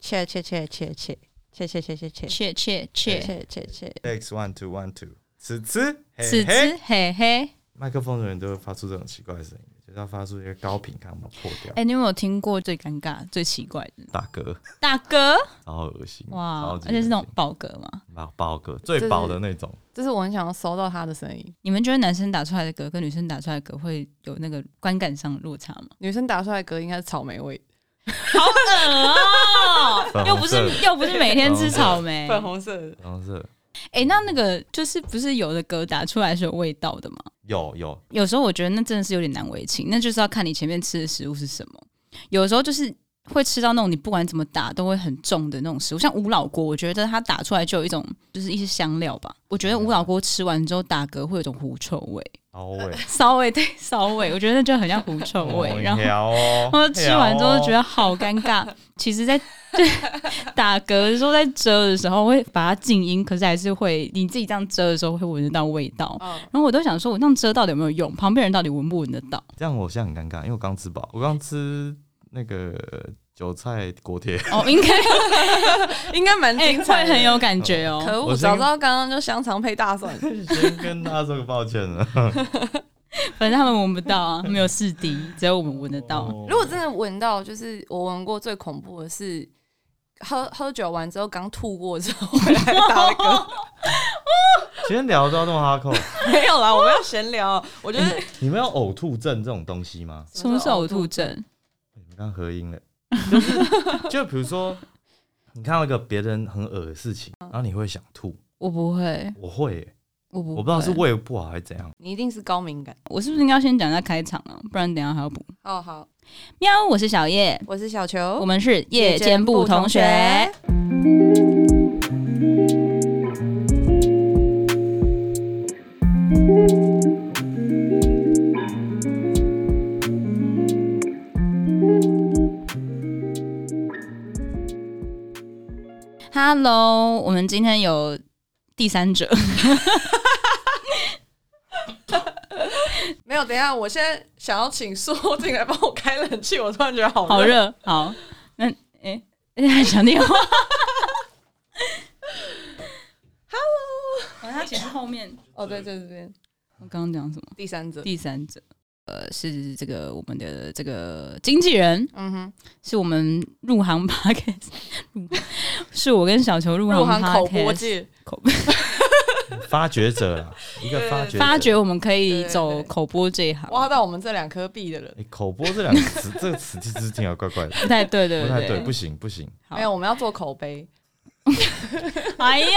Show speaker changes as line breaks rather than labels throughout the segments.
切切切切切切切切切切
切切切，
切切切，
Next one two one two，此次
此
嘿嘿，
之嘿嘿。
麦克风的人都会发出这种奇怪的声音，就是要发出一个高频，看我们破掉。
哎，你有没有听过最尴尬、最奇怪的
打嗝，
打嗝？
超恶心，
哇
超，级
而且是那
恶
种饱嗝嘛。
心饱饱嗝，最饱的那种，
这是我很想要收到他的声音。
你们觉得男生打出来的嗝跟女生打出来的嗝会有那个观感上的落差吗？
女生打出来的歌应该是草莓味，
好恶
粉
哦！又不
红色
是又不是每天吃草莓。
粉红色的。
然后是
哎，那那个就是不是有的嗝打出来是有味道的吗？
有有
有时候我觉得那真的是有点难为情，那就是要看你前面吃的食物是什么。有时候就是会吃到那种你不管怎么打都会很重的那种食物，像五老锅，我觉得它打出来就有一种就是一些香料吧。我觉得五老锅吃完之后打嗝会有一种狐臭味，
凹
呃
尾，
骚味对骚味，我觉得那就很像狐臭味。然
后
后
哦
然后吃完
哎
之后就觉
得
得好尴尬。其实在， 打嗝的时候，在遮的时候会把它静音，可是还是会你自己这样遮的时候会闻得到味道。
嗯，
然后我都想说，我这样遮到底有没有用？旁边人到底闻不闻得到？
这样我现在很尴尬，因为我刚吃饱，我刚吃那个韭菜 锅贴，
哦，应该
应该蛮
哎、
精彩
会
的。
很有感觉哦。
可恶，
我
早
先
知道刚刚就香肠配大蒜。
先跟大家说个抱歉了。
反正他们闻不到啊，没有四滴，只有我们闻得到。
如果真的闻到，就是我闻过最恐怖的是喝喝酒完之后刚吐过之后回来打的嗝。
今天聊到那么哈扣，
没有啦，我们要闲聊。我觉得
你们有呕吐症这种东西吗？
什么是呕吐？症？
你们刚合音 了，就是就比如说，你看到一个别人很恶的事
嗯
情，然后你会想吐，
我不会，
我会耶，
我不，
我不知道是，胃不好还是怎样。
你一定是高敏感。
我是不是应该先讲一下开场啊？不然等一下还要补。
哦，好，
喵，我是小叶，
我是小球，
我们是夜间部同学。。Hello，我们今天有第三者，
没有，等一下，我现在想要请硕 进来帮我开冷气，我突然觉得好
好
热。
热，好，那哎，哎、还讲电话。Hello，他其实后面
哦，对，就是这边
我刚刚讲什么？
第三者。
第三者，呃，是这个我们的这个经纪人，
嗯哼，
是我们入行 podcast，入 是我跟小球入
入行
行
口播
podcast，
界，
发掘者 啦，一个发掘者
发觉。我们可
对
以
对
走
对
口播这一行。
挖到我们这两颗币的人。
诶哎口播这两个词， 这个词其实挺有怪怪的，
不太对，对
不
对
太对，不行不行。
好
没有，我们要做口碑。
哎呀，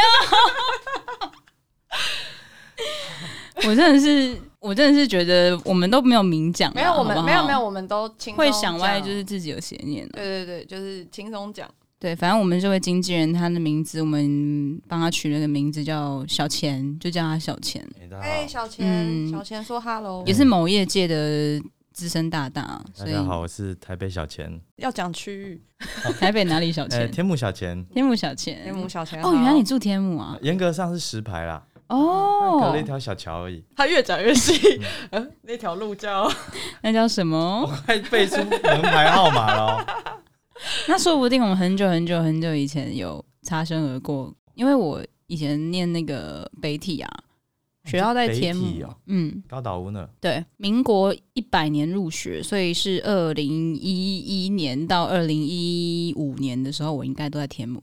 我真的是，我真的是觉得我们都没有明讲啊，
没有，我们
好不好
没有没有，，我们都轻松
会想歪
讲
就是自己有邪念了。
对对对，就是轻松讲。
对，反正我们这位经纪人，他的名字我们帮他取了个名字叫小钱，就叫他小钱，
诶大
哎，
家好，
小钱，
嗯
小钱说 hello，
也是某业界的资深大大，
大
所
家好，
以
我是台北小钱，
要讲区域。
台北哪里小
呃，
钱？
天幕小钱，
天母小
天
钱。
母小嗯钱好
哦，原来你住天母啊？
严格上是石牌啦，隔
哦
了一，条小桥而已。
他越讲越细，
嗯
呃那条路 叫
那叫什么？
快背出门牌号码了，
那说不定我们很久很久很久以前有擦身而过，因为我以前念那个北体啊，学校在天
哦北体
母，
哦
嗯，
高岛屋呢？
对，民国一百年入学，所以是二零一一年到二零一五年的时候，我应该都在天母，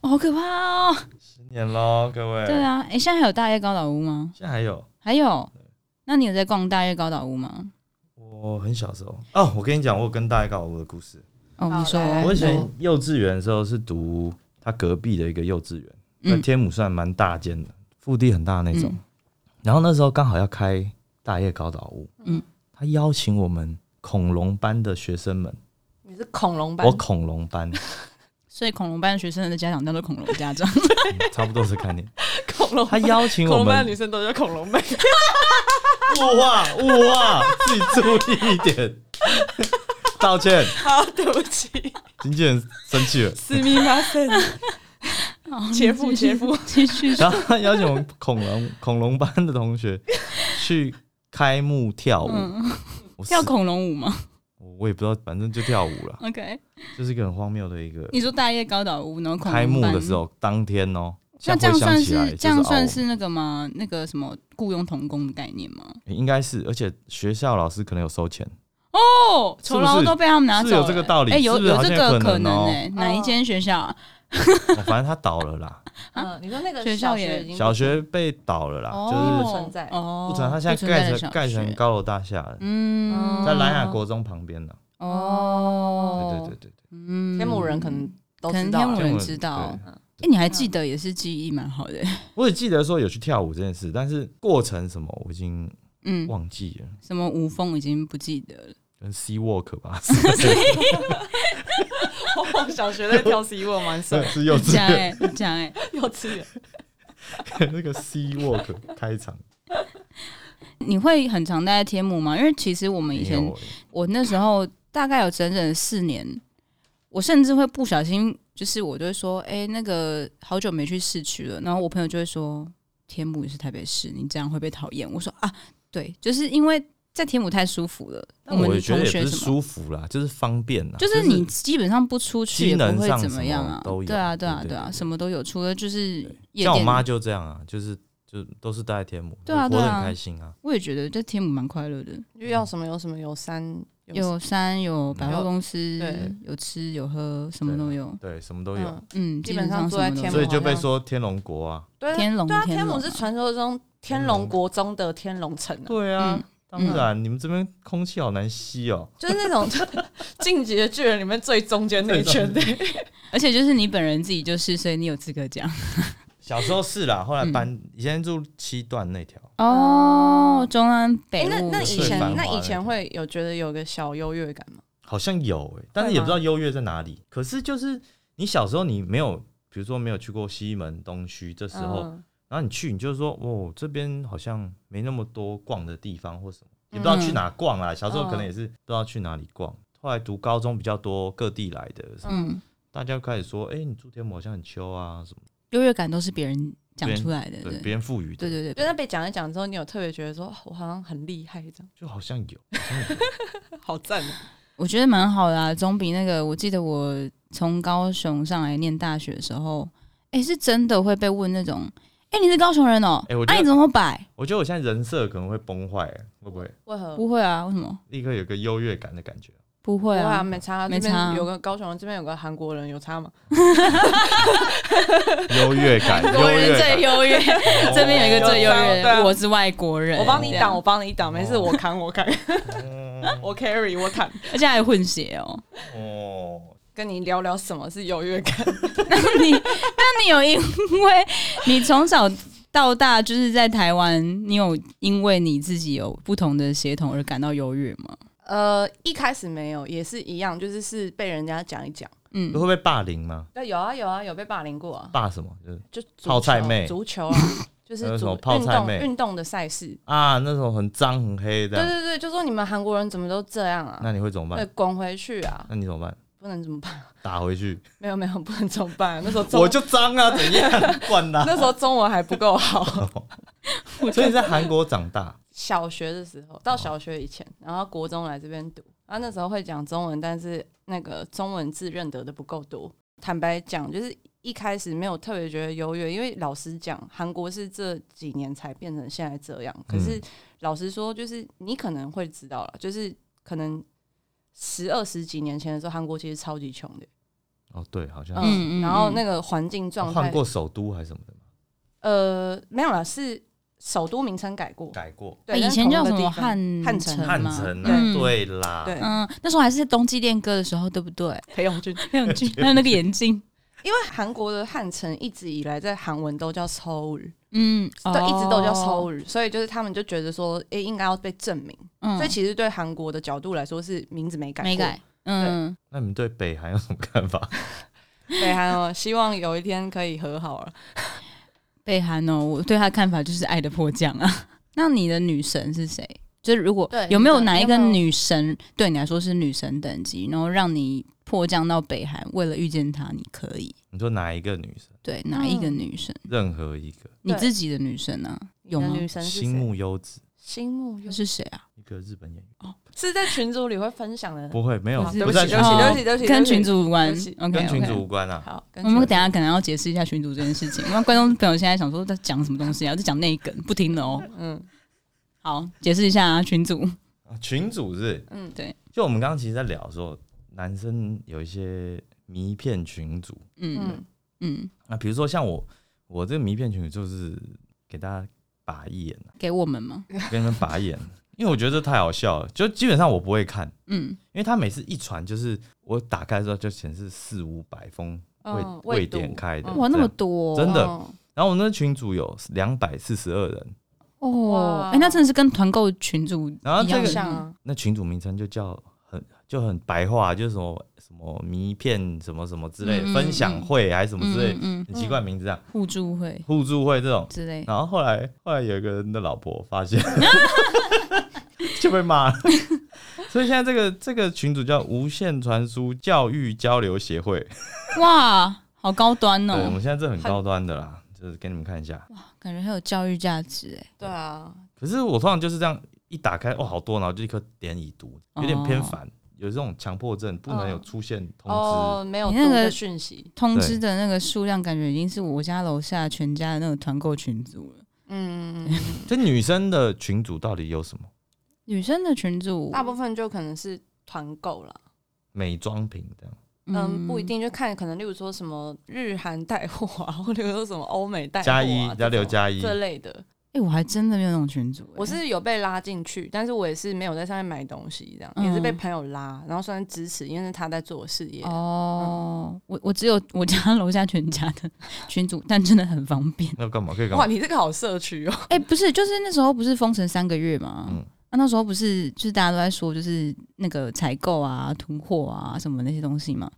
哦、好可怕哦！
十年喽，各位。
对，啊，哎、现在还有大叶高岛屋吗？
现在还有。
还有，那你有在逛大叶高岛屋吗？
我很小时候哦，我跟你讲，我有跟大家搞我的故事。
哦，
好
你说，
来
我以
来
前幼稚园的时候是读他隔壁的一个幼稚园，那、
嗯
天母算蛮大间的，腹地很大那种。
嗯
然后那时候刚好要开大叶高岛屋，
嗯
嗯，他邀请我们恐龙班的学生们，
你是恐龙班
我，恐龙班、 嗯
所以恐龙班的学生的家长叫做恐龙家长，
差不多是概念。
恐龙
他邀请
恐
我
龙班
们
的女生都叫恐龙 妹，
物化物化，自己注意一点， 道歉，
好，对不起，
经纪人生气了。
私密马森，
好
姐夫
你继续
姐夫
继续
然后他邀请我们恐龙恐龙班的同学去开幕跳舞，
嗯
我死
跳恐龙舞吗？
我我也不知道，反正就跳舞了，
OK，
就是一个很荒谬的一个。
你说大叶高岛屋，然后恐龙
开幕
班
的时，候，当天哦，
那
像
这样
回想
算
起来
是
就是
这样
哦
算是那个吗？那个什么雇佣童工的概念吗？
应该是，而且学校老师可能有收钱，
哦，
是不
酬
是
劳都被他们拿走
是
了，
有这个道理
哎、有
是不是
有这
好像
个
有可
能
能哦
哎、哪一间学校啊？
哦反正他倒了啦，
嗯，你说那个
啊学校
小
也
学已经
小学被倒了啦，
是
啊就是
不存在
哦，
不然他现
不存
在
在
盖
的
成
小
盖成
学，
高楼大厦了，
嗯，
在蓝雅国中旁边呢。对
哦，
对对对对，
嗯
天母人可能嗯都
可能
知道
天
啊，
母
天
人
母
知道。
对
哎、你还记得也是记忆蛮好的、
我只记得说有去跳舞这件事，但是过程什么我已经
嗯，
忘记了，
什么无风已经不记得 了，
跟 C Walk 吧，
小学在跳 C 位蛮
是是幼稚
讲
园
哎讲哎，
幼稚 园。
那个 C Walk 开场
你会很常待在天母吗？因为其实我们
没
以前
有欸，
我那时候大概有整整四年，我甚至会不小心，就是我就会说，哎、那个好久没去市区了，然后我朋友就会说，天母也是台北市，你这样会被讨厌。我说啊，对，就是因为在天母太舒服了，
但
们
我觉
同
得也
学
不是
什么。
舒服啦，就是方便啦，
就是你基本上不出去也
机能
不会
上
怎么样啊
什么都，有
对啊，对啊，
对对
对啊，
对
什么都有，除了就是夜
像我
店。
妈就这样啊，就是就都是待在天母，
对啊
就活
对
得
啊
很开心啊。
我也觉得在天母蛮快乐的，
遇到什么有什么有山
有山，有百货
有
公司
对，
有吃有喝，什么都有。
对，啊什么都有，
嗯，
嗯，
基本上
上
坐在
什么都
天
有
母
所以就被说天龙国啊。
对啊
天龙
对啊，
天
天母
龙
是
啊
传说中天龙国中的天龙城啊，
对啊，
嗯
当然，你们这边空气好难吸哦。
就是那种 进击的巨人里面最中间那一圈的。
而且就是你本人自己就是，所以你有资格讲
小时候是啦，后来
嗯
搬，以前住七段那条，
哦。中安 北
哎，那
路
那以前
最繁华的
那以前会有觉得有个小优越感吗？
好像有诶、但是也不知道优越在哪里。可是就是你小时候你没有，比如说没有去过西门东区，这时候，
嗯
然后你去，你就说哦，这边好像没那么多逛的地方或什么，也不知道去哪逛啦。小时候可能也是不知道去哪里逛。后来读高中比较多各地来的，
嗯，
大家开始说，哎、你住天母好像很秋啊，什么
优越感都是别人讲出来的，
对
对
别人赋予的，
对对
就
对，
那被讲一讲之后，你有特别觉得说，哦我好像很厉害这样，
就好像有。
好赞哦！
我觉得蛮好的啊，总比那个我记得我从高雄上来念大学的时候，哎，是真的会被问那种，哎，你是高雄人哦
哎我，觉
哎，
得
你怎么摆？
我觉得我现在人设可能会崩坏，会不会
为何？
不会啊，为什么？
立刻有个优越感的感觉？
不会
对啊，
啊，
没差，
没
这
差啊
边有个高雄人，这边有个韩国人，有差吗？
优越感，优
国人
越
最
感。
优越，这边有一个最优越
对啊
的，我是外国人，
我帮你
这
挡，
样
我帮你挡，没事，我扛， 我扛，我 carry，我扛。
而且还混血哦。
哦，
跟你聊聊什么是优越感，
那 你，那你有因为你从小到大就是在台湾，你有因为你自己有不同的血统而感到优越吗？
呃，一开始没有，也是一样，就是是被人家讲一讲。
嗯
会，不会霸凌吗？
对，有啊有啊，有被霸凌过啊，
霸什么？就是
就足球
泡菜妹
足球啊， 就是
还有什
足
么泡
运
菜
动
妹
运动的赛事。
啊，那种很脏很黑
对
的，
对对，就说你们韩国人怎么都这样啊？
那你会怎么
对
办？，
滚回去啊！
那你怎么办？
不能怎么办？
打回去？
没有没有，不能怎么办？那时候中
我就脏啊，怎样？管他。
那时候中文还不够好，
所以你在韩国长大，
小学的时候到小学以前，然后国中来这边读，然后那时候会讲中文，但是那个中文字认得的不够多。坦白讲，就是一开始没有特别觉得优越，因为老实讲，韩国是这几年才变成现在这样。可
嗯
是老实说，就是你可能会知道了，就是可能十二十几年前的时候，韩国其实超级穷的，
哦，对，好像是
嗯，
嗯嗯
然后那个环境状
哦换
态，
过首都还是什么的吗？
呃，没有啦，是首都名称改过，
改过
对，
啊以
但是
前
同
叫
一
什
个
么
地方
汉
汉
城
城
汉
吗
城啊，
嗯
对啦，
对，
嗯，那时候还是冬季恋歌的时候，对不 对？
裴勇俊。
还有去还有那个眼镜，
因为韩国的汉城一直以来在韩文都叫 Seoul，
嗯，
对，一直都叫
抽，
Seoul，所以就是他们就觉得说，诶，应该要被证明。
嗯
所以其实对韩国的角度来说，是名字没改，
没改。，嗯，
那你们对北韩有什么看法？
对，还有希望有一天可以和好了。
北韩哦，我对他的看法就是爱的迫降啊。 那你的女神是谁？就是如果
对
有没有
你的
哪一个
你有没有
女神对你来说是女神等级，然后让你迫降到北韩，为了遇见她，你可以
你说哪一个女生？
对哪一个女神？
任何一个，
你
嗯对
自己的女神呢、啊？有
你
吗
的？女神是
新
谁？
木优子，
新木
他
优
是谁啊？
一个日本演员，
是在群组里会分享的。
不会没有
好
不
嗯哦对不起
在
对不起
群
对
组
不起对不起
哦跟
对不起。
群主无关 OK，
跟群主无关啊。
好，跟
我们
群
等一下可能要解释一下群主这件事情，因为观众朋友现在想说在讲什么东西啊，在讲内梗，不听了哦。
嗯
好，解释一下啊，群主
啊群主是
嗯
对，
就我们刚刚其实在聊说，男生有一些迷片群组，
嗯
嗯
嗯，
那比如说像我，我这个迷片群组就是给大家把一眼啊，
给我们吗？
给你们把一眼，因为我觉得这太好笑了，就基本上我不会看。
嗯，
因为他每次一传就是我打开之后就显示四五百封未、
嗯
未
未读
点开的，
嗯
哇，那
这
么
样
多
真的
哦
然后我那群组有两百四十二人，
哦
哇，
哎、那真的是跟团购群主
然后
一
这
样
个
像啊，
那群组名称就叫很就很白话，就是什么什么迷片什么什么之类的、
嗯嗯
分享会还是什么之类
嗯，嗯，嗯
很奇怪名字这样，
互助会
互助会这种。
之类，
然后后来后来有一个人的老婆发现， 就被骂了。 所以现在这个这个群组叫无线传输教育交流协会，
哇，好高端
对，我
哦，
们现在这很高端的啦，就是给你们看一下。
感觉很有教育价值哎。
对啊，
可是我通常就是这样一打开，哇，好多，然后就立刻点已读，有点偏烦，有这种强迫症，不能有出现通知。
嗯哦，没有
你那
读的
个
讯息，
通知的那个数量，感觉已经是我家楼下全家的那个团购群组了。
嗯，嗯嗯嗯
这女生的群组到底有什么？
女生的群组，
大部分就可能是团购啦。
美妆品这样，
嗯，不一，定，就看可能，例如说什么日韩带货啊，或者说什么欧美带货、啊、
加一
这
加六
种
加一
这类的。
哎、我还真的没有那种群组、哎
我是有被拉进去，但是我也是没有在上面买东西，这样、
嗯
也是被朋友拉，然后算是支持，因为是他在做事业。
哦，我我只有我家楼下全家的群组，但真的很方便。
要干嘛？可以干
哇，
嘛？
你这个好社区哦！
哎、不是，就是那时候不是封城三个月嘛？
嗯
啊、那时候不是就是大家都在说，就是那个采购啊、囤货啊什么那些东西嘛。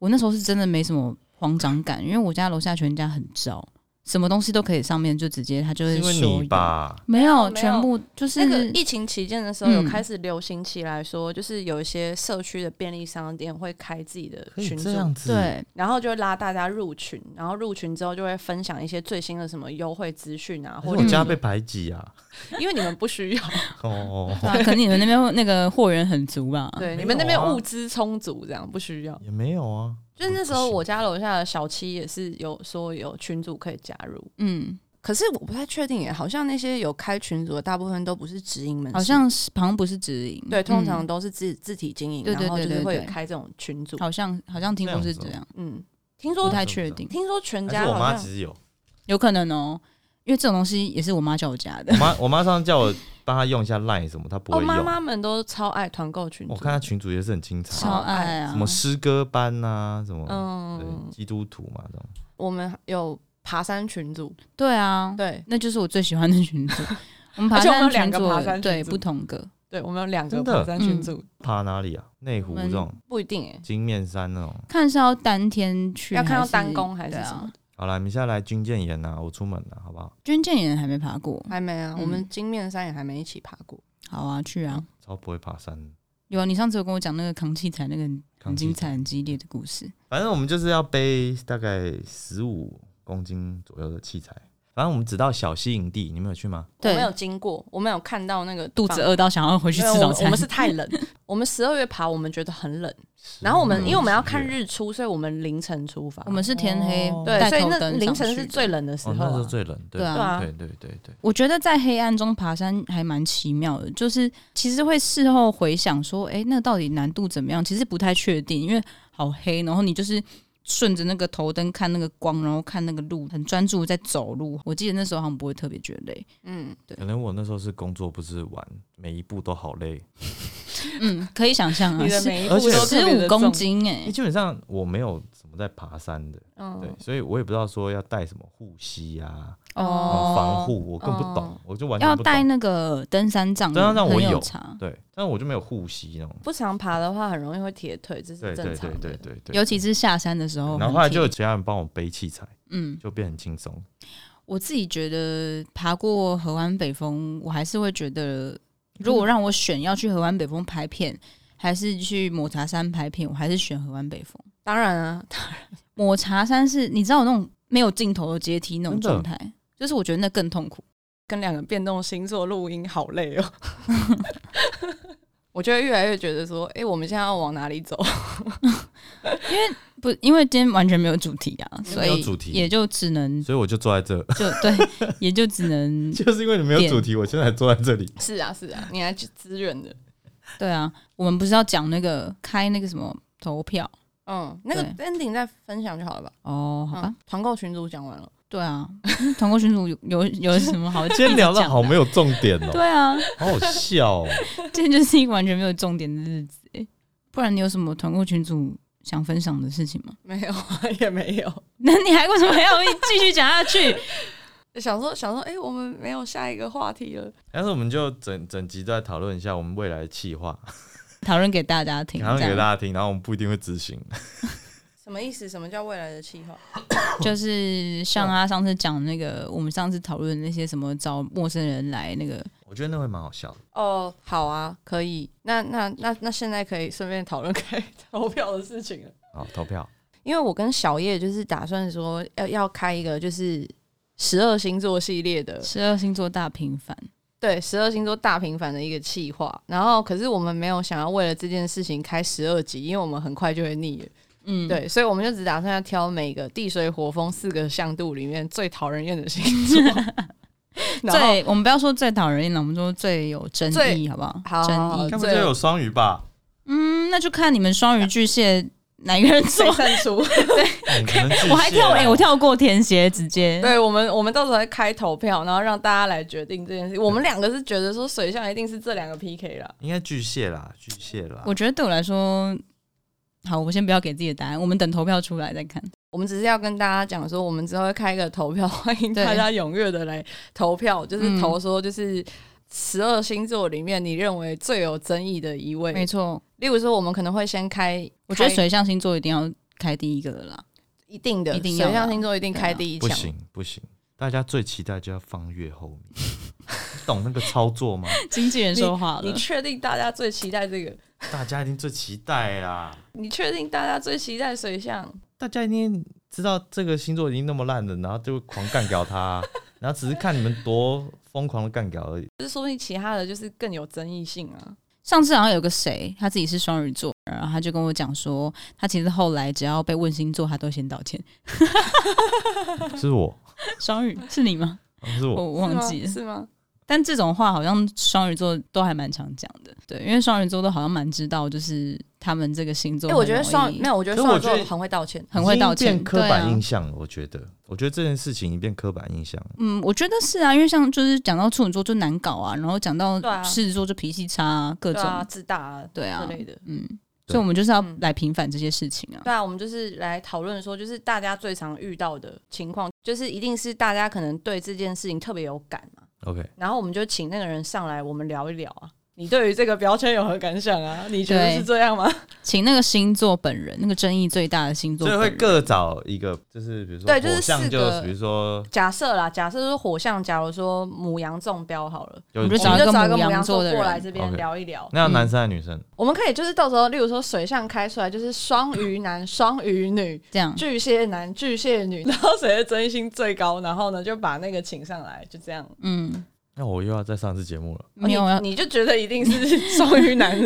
我那时候是真的没什么慌张感，因为我家楼下全家很招，什么东西都可以上面就直接他就会
是因
说
为你吧？
没
没
有，
有
全部就是
那个疫情期间的时候，
嗯
有开始流行起来说，就是有一些社区的便利商店会开自己的
可以
群
这
组，
样子？，
对，
然后就会拉大家入群，然后入群之后就会分享一些最新的什么优惠资讯啊，或
我
者
家被排挤啊！
因为你们不需 要，
哦，
对啊，可能你们那边那个货源很足吧？
对，
没
你们那
有
边
啊
物资充足，这样不需要。
也没有啊。
就是那时候我家楼下的小七也是有说有群组可以加入，
嗯，
可是我不太确定耶，好像那些有开群组的大部分都不是直营门市，
好像是好像不是直营，
对，通
嗯
常都是自自体经营，
对对
然后就
对
是
对
会有
对
开这种群组。
好像好像听说是这
这哦
样，
嗯，听
不
说
太确定，
听说全
还
家
是我
好
妈其
像
实有，
有可能哦、因为这种东西也是我妈叫我加的
我。妈我妈上次叫我帮她用一下 Line 什么，她不
哦，
会
妈
用。
妈们都超爱团购群组，
我看她群主也是很精彩，
超爱啊！
什么诗歌班呐，什么
嗯
对，，基督徒嘛，这种
我们有爬山群组，
对啊，
对
那就是我最喜欢的群 组。我们爬
而且我们
山
有两
群
个
组
爬山群
对
组
不同个，
对，我们有两个
真的
爬山群
嗯
组，
爬哪里啊？内湖
我们
这种
不一定哎，
金面山那种。
看是要当天去还
要
是，
看到单攻还是
对
什么
啊
的？
好了，你下来军舰岩呐，我出门了，好不好？
军舰也还没爬过，
还没啊，
嗯
我们金面山也还没一起爬过。
好啊，去啊！
超不会爬山的，
有啊，你上次有跟我讲那个扛器材那个很
扛
很
起
精彩、。很激烈的故事。
反正我们就是要背大概十五公斤左右的器材。反正我们只到小溪营地，你们有去吗？
我
对
们有经过，我们有看到那个
肚子
房
饿到想要回去
没
吃
有，我们
早餐。
我们是太 冷，我们十二月爬，我们觉得很冷。然后我
嗯
嗯
们因为我们要看日出，所以我们凌晨出发。
我们是天黑
哦
对，
带
所以
头
那
灯
凌
上
晨
去
是
的
最冷的时
哦，那
候
时候
啊。
最冷，对
对啊
对对对对，
我觉得在黑暗中爬山还蛮奇妙的，就是其实会事后回想说，诶，那到底难度怎么样？其实不太确定，因为好黑，然后你就是顺着那个头灯看那个光，然后看那个路，很专注地在走路。我记得那时候好像不会特别觉得累，
嗯，
可能我那时候是工作，不是玩，每一步都好累。
嗯，可以想象啊，
你的
十
每一步
而且
都特
十
别
五
的
公
重，
斤
因
诶，
为基本上我没有怎么在爬山的，对
嗯，，
所以我也不知道说要带什么护膝啊，
哦
然后防护，我更不懂
哦，
我就完全
要
不
带
懂。
那个登山杖，
登山杖我
很
有
差。
对，但我就没有护膝那种。
不常爬的话很容易会铁腿，这
对
是
对
正
对
常
对
的。
对对。
尤其是下山的时候很铁，
然后后来就有其他人帮我背器材，
嗯，
就变很轻松。
我自己觉得爬过河湾北峰，我还是会觉
嗯
得，如果让我选要去河湾北峰拍片，还是去抹茶山拍片，我还是选河湾北峰。
当然啊，
抹茶山是你知道有那种没有尽头的阶梯那种
真的
状态，就是我觉得那更痛苦。
跟两个变动星座录音好累哦。 我就会越来越觉得说，诶，我们现在要往哪里走？
不，因为今天完全没有主题啊，所
嗯没有
以
主题
也就只
嗯
能
所以我就坐在这，
就对，也就只能
就是因为你没有
点
主题，我现在还坐 在这里。
是啊，是啊，你来去滋润的。
对啊。我们不是要讲那个开那个什么投票
嗯，那个
对
ending 再分享就好了吧？
哦？好吧，
嗯，团购群组讲完了，
对啊， 嗯团购群组有有有什么好？
今天聊
的啊
的好没有重点 哦、
对啊，
好好笑、哦。
今天就是一个完全没有重点的日子、欸。不然你有什么团购群组想分享的事情吗？
没有啊，也没有。
那你还为什么还要一继续讲下去？
想说想说，诶，我们没有下一个话题了。
但是我们就整整集都在讨论一下我们未来的企划，
讨论给大家听，
然后
这
给大
样
家听，然后我们不一定会执行。
什么意思？什么叫未来的计划？
就是像他上次讲那个，我们上次讨论那些什么找陌生人来那个，
我觉得那会蛮好笑的。
哦，好啊，可以。那那那那现在可以顺便讨论开投票的事情了。
好，投票。
因为我跟小叶就是打算说要要开一个就是十二星座系列的，
十二星座大平凡，
对十二星座大平凡的一个企划。然后可是我们没有想要为了这件事情开十二集，因为我们很快就会腻了。
嗯，
对，所以我们就只打算要挑每个地水火风四个向度里面最讨人厌的星 座，然后
最我们不要说最讨人厌了，我们说最有争议，
最
好不好？
好好
争
好
议，
该不
最
就有双鱼 吧？
嗯，那就看你们双鱼巨蟹哪一个人做
最。删除。
哎可能巨蟹
我还跳哎、
欸
我跳过天蝎，直 接
对我们，我们到时候会开投票，然后让大家来决定这件事。我们两个是觉得说水象一定是这两个 PK 啦。
应该巨蟹啦，巨蟹啦。
我觉得对我来说，好，我先不要给自己的答案，我们等投票出来再看。
我们只是要跟大家讲说，我们之后会开一个投票， 欢迎
对
大家踊跃的来投票，就是
嗯
投说就是十二星座里面你认为最有争议的一位。
没错，
例如说，我们可能会先开，
我觉得
开
水象星座一定要开第一个的啦。
一定的
一定要啊
水象
啦
星座一定开第一
不
枪。
行不行，大家最期待就要放越后面， 懂那个操作吗？
经纪人说话
你
了，
确定大家最期待这个？
大家一定最期待啦，
你确定大家最期待水象？
大家一定知道这个星座已经那么烂了，然后就狂干掉他，然后只是看你们多疯狂的干掉而 已。
就是说不定其他的就是更有争议性啊。
上次好像有个谁，他自己是双鱼座，然后他就跟我讲说，他其实后来只要被问星座，他都先道歉。
是我，
双鱼是你吗？
是我。
我忘记了。
是吗？是吗
但这种话好像双鱼座都还蛮常讲的，对，因为双鱼座都好像蛮知道，就是他们这个星座
哎、我觉得
很容
双
易
没有，我觉得
可是
双
我
鱼座
觉得
很会道歉。
很会道
已
歉，
经变刻板
对啊
印象了。我觉得，我觉得这件事情已经变刻板印象了。
嗯，我觉得是啊，因为像就是讲到处女座就难搞啊，然后讲到
对啊
狮子座就脾气差、啊，各
对
种
啊，自大啊
对啊
之类的。
嗯，
对
所以我们就是要
嗯
来平反这些事情啊。
对啊，我们就是来讨论说，就是大家最常遇到的情况，就是一定是大家可能对这件事情特别有感嘛。
OK，
然后我们就请那个人上来，我们聊一聊啊。你对于这个标签有何感想啊？你觉得
对
是这样吗？
请那个星座本人，那个争议最大的星座
所以
本
会
人，
各找一个，就是比如说，
对就是四
像就
个
比如说，
假设啦，假设是火象，假如说母羊中标好了，
我们就
我
找
们
一个嗯
就找一个
母
母
羊
羊座
座的
过
人
来这边
OK
聊一聊。
那男生还是女生？
我们可以就是到时候，例如说水象开出来就是双鱼男、双鱼女，
这样
巨蟹男、巨蟹女， 然后谁的真心最高，然后呢就把那个请上来，就这样。
嗯，
那我又要再上一次节目了。
没有啊要
哦你，你就觉得一定是 双鱼男，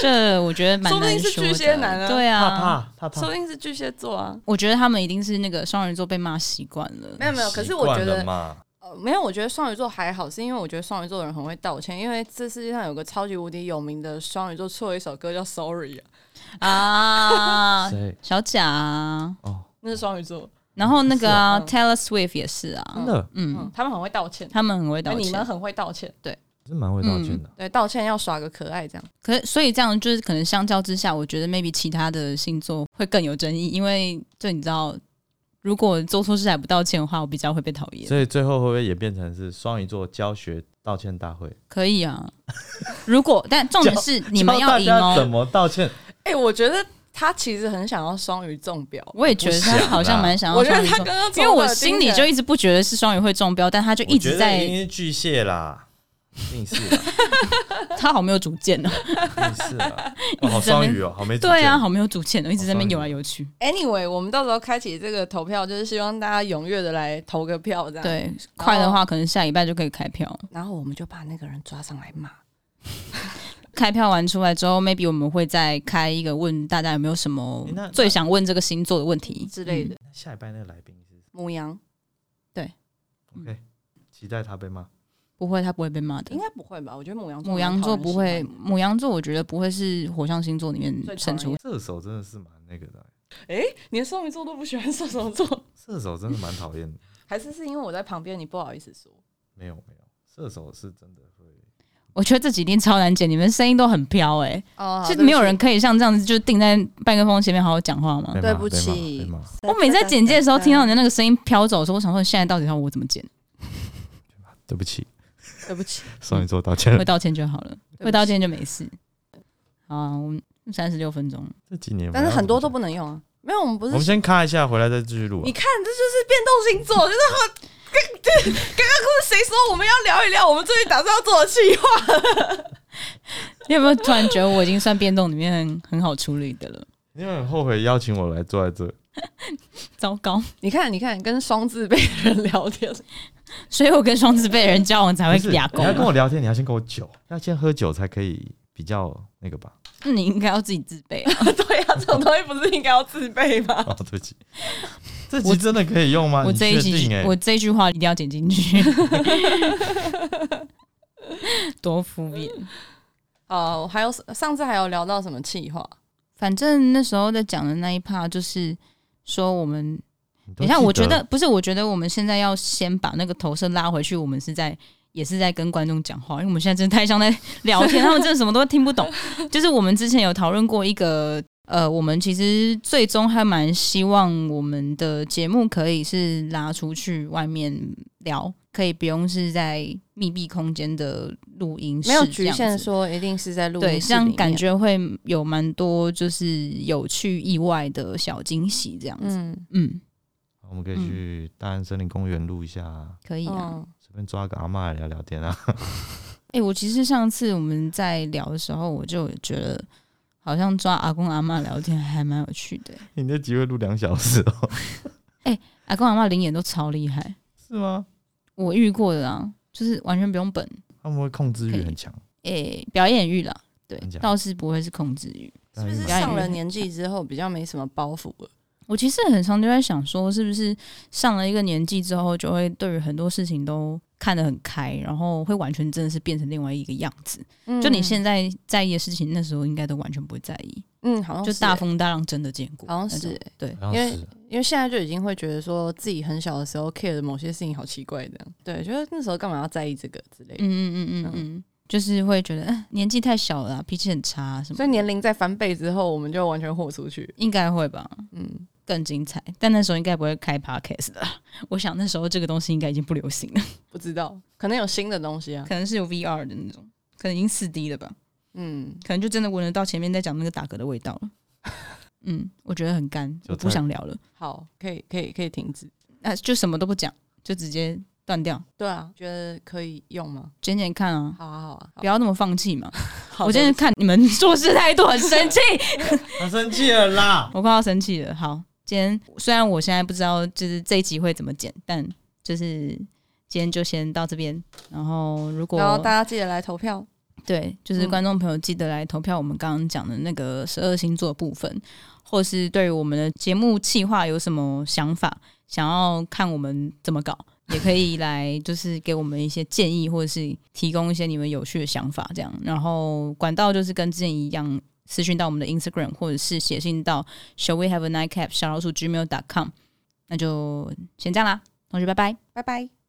这我觉得蛮
说不定
难
是
说
巨
的
蟹男啊
对
怕
啊，
怕怕
说
怕
不，定是巨蟹座啊。
我觉得他们一定是那个双鱼座被骂习惯了
没，有没有，可是我
习惯
觉
了
得、
嘛，
呃、没有，我觉得双鱼座还好，是因为我觉得双鱼座的人很会道歉，因为这世界上有个超级无敌有名的双鱼座出了一首歌叫《Sorry》啊，
啊，
谁
小贾、啊，
哦，
那是双鱼座，
然后那个、啊
是
Taylor Swift 也是啊，
真的
嗯
嗯，，他们很会道歉，
他们很会道
那
歉，
你们很会道歉，
是蛮会道歉
嗯
的。
对，道歉要耍个可爱这样。
可是，所以这样就是可能相较之下，我觉得 maybe 其他的星座会更有争议，因为就你知道，如果做错事还不道歉的话，我比较会被讨厌。
所以最后会不会也变成是双鱼座教学道歉大会？
可以啊，如果但重点是你们
教大
要
家
赢
怎
哦。
么道歉？
哎、我觉得他其实很想要双鱼中标，
我也觉得他好像蛮想要
啊我觉
双
得
鱼
他
座
刚，刚
因为我心里就一直不觉 得是双鱼会中标，但他就一
我觉
直
得
在
一定是巨蟹啦，一定是啦。
他好没有主见哦。
是 啊，哦好双语哦，好没主见
对啊，，好没有主见哦，一直在那边
好
游
像
来游去。
Anyway，我们到时候开启这个投票，就是希望大家踊跃的来投个票，这样。。
对，快的话可能下礼拜就可以开票。
然后我们就把那个人抓上来骂。
开票完出来之后，maybe 我们会再开一个问大家有没有什么
诶那
最想问这个星座的问题
之类的。
嗯
那下一拜那个来宾是
母羊
OK，期待他被骂。
不会，他不会被骂的
应。该不会吧？我觉得母羊
母羊座不会，
蛮讨人喜欢
母羊座我觉得不会是火象星座里面
最讨
胜
人
出
厌。
射手真的是蛮那个的，
的，连双鱼座都不喜欢射手座，
射手真的蛮讨厌的。
还是是因为我在旁边，你不好意思说。
没有没有，射手是真的会。
我觉得这几天超难剪，你们声音都很飘哎、
哦
就没有人可以像这样子，就定在麦克风前面好好讲话吗？
对不起
被骂被骂被
我每次在剪接的时候听到你的那个声音飘走的时候，我想说现在到底要我怎么 剪？
骂对不起，
对不起，
双鱼座道歉
会。道歉就好了，
起
会道歉就没事。好啊，我们三十六分钟，
这几年，
但是很多都不能用啊。没有，我们不
我
是
们先咔一下，回来再继续录啊。
你看，这就是变动星座，就是和刚刚跟谁说我们要聊一聊我们最近打算要做的计划？
你有没有突然觉得我已经算变动里面很很好处理的了？
你很后悔邀请我来坐在这，
糟糕，
你看，你看，跟双字辈的人聊天，
所以我跟双子辈的人交往才
不
会
是
俩
你
狗
要跟
嘛。
我聊天，你要先跟我酒，要先喝酒才可以比较那个吧。
那你应该要自己自卑啊！
对啊，这种东西不是应该要自卑吗？
哦，对不起，这集真的可以用吗？
我
你
这一
确
集
定欸，
我这一句话一定要剪进去， 多敷衍。
哦，还有上次还有聊到什么计划？
反正那时候在讲的那一 part 就是说我们
你都
等一下，
记
我觉得
了
不是，我觉得我们现在要先把那个投射拉回去，我们是在也是在跟观众讲话，因为我们现在真的太像 在聊天，他们真的什么都听不懂。就是我们之前有讨论过一个，呃，我们其实最终还蛮希望我们的节目可以是拉出去外面聊，可以不用是在密闭空间的录音室，
没有局
这样
限
子
说一定是在录音
对，
室
这样
里面
感觉会有蛮多就是有趣意外的小惊喜，这样子，
嗯
嗯，
我们可以去大安森林公园录一下啊，
可以啊。
嗯
随便抓个阿嬷来聊聊天啊。
哎、我其实上次我们在聊的时候，我就觉得好像抓阿公阿妈聊天还蛮有趣的欸、
你那集会录两小时哦，
阿公阿妈灵眼都超厉害，
是吗？
我遇过的啊，就是完全不用本，
他们会控制
可
欲
以
很强，
哎、表演欲啦，对
真，假
倒是不会是控制欲。
是不是
啊
表演
上
欲
了年纪之后比较没什么包袱了？
我其实很常就在想说，是不是上了一个年纪之后，就会对于很多事情都看得很开，然后会完全真的是变成另外一个样子。
嗯
就你现在在意的事情，那时候应该都完全不会在意，
嗯，好像
就是大
欸
风大浪真的见过那
好
种，
像是欸
对。
因
好像
为
是
因为现在就已经会觉得说自己很小的时候 care 的某些事情好奇怪这样，对，觉得那时候干嘛要在意这个之类的，
嗯嗯嗯嗯嗯，就是会觉得、呃、年纪太小了啊、脾气很差、啊、什么的，
所以年龄在翻倍之后，我们就完全豁出去，
应该会吧，
嗯，
更精彩。但那时候应该不会开 podcast 的啦， 我想那时候这个东西应该已经不流行了，
不知道可能有新的东西啊，
可能是有 VR 的那种，可能已经四 D 了吧，
嗯，
可能就真的闻得到前面在讲那个打嗝的味道 了。嗯，我觉得很干，
韭
我不
菜
想聊了，
好，可以可以可以停止，
那、就什么都不讲，就直接断掉，
对啊，觉得可以用吗？
剪剪看啊。
好啊好啊，
不要那么放弃嘛！
好
我今 天看你们做事态度很生气，
他生气了啦。
我快要生气了。好，今天虽然我现在不知道就是这一集会怎么剪，但就是今天就先到这边。然后如
然后大
果
家记得来投票，
对，就是
嗯
观众朋友记得来投票我们刚刚讲的那个十二星座部分，或是对于我们的节目企划有什么想法，想要看我们怎么搞。也可以来，就是给我们一些建议，或者是提供一些你们有趣的想法，这样。然后管道就是跟之前一样，私讯到我们的 Instagram，或者是写信到 Shall we have a nightcap 小老鼠 gmail.com。那就先这样啦，同学，拜拜。
拜拜。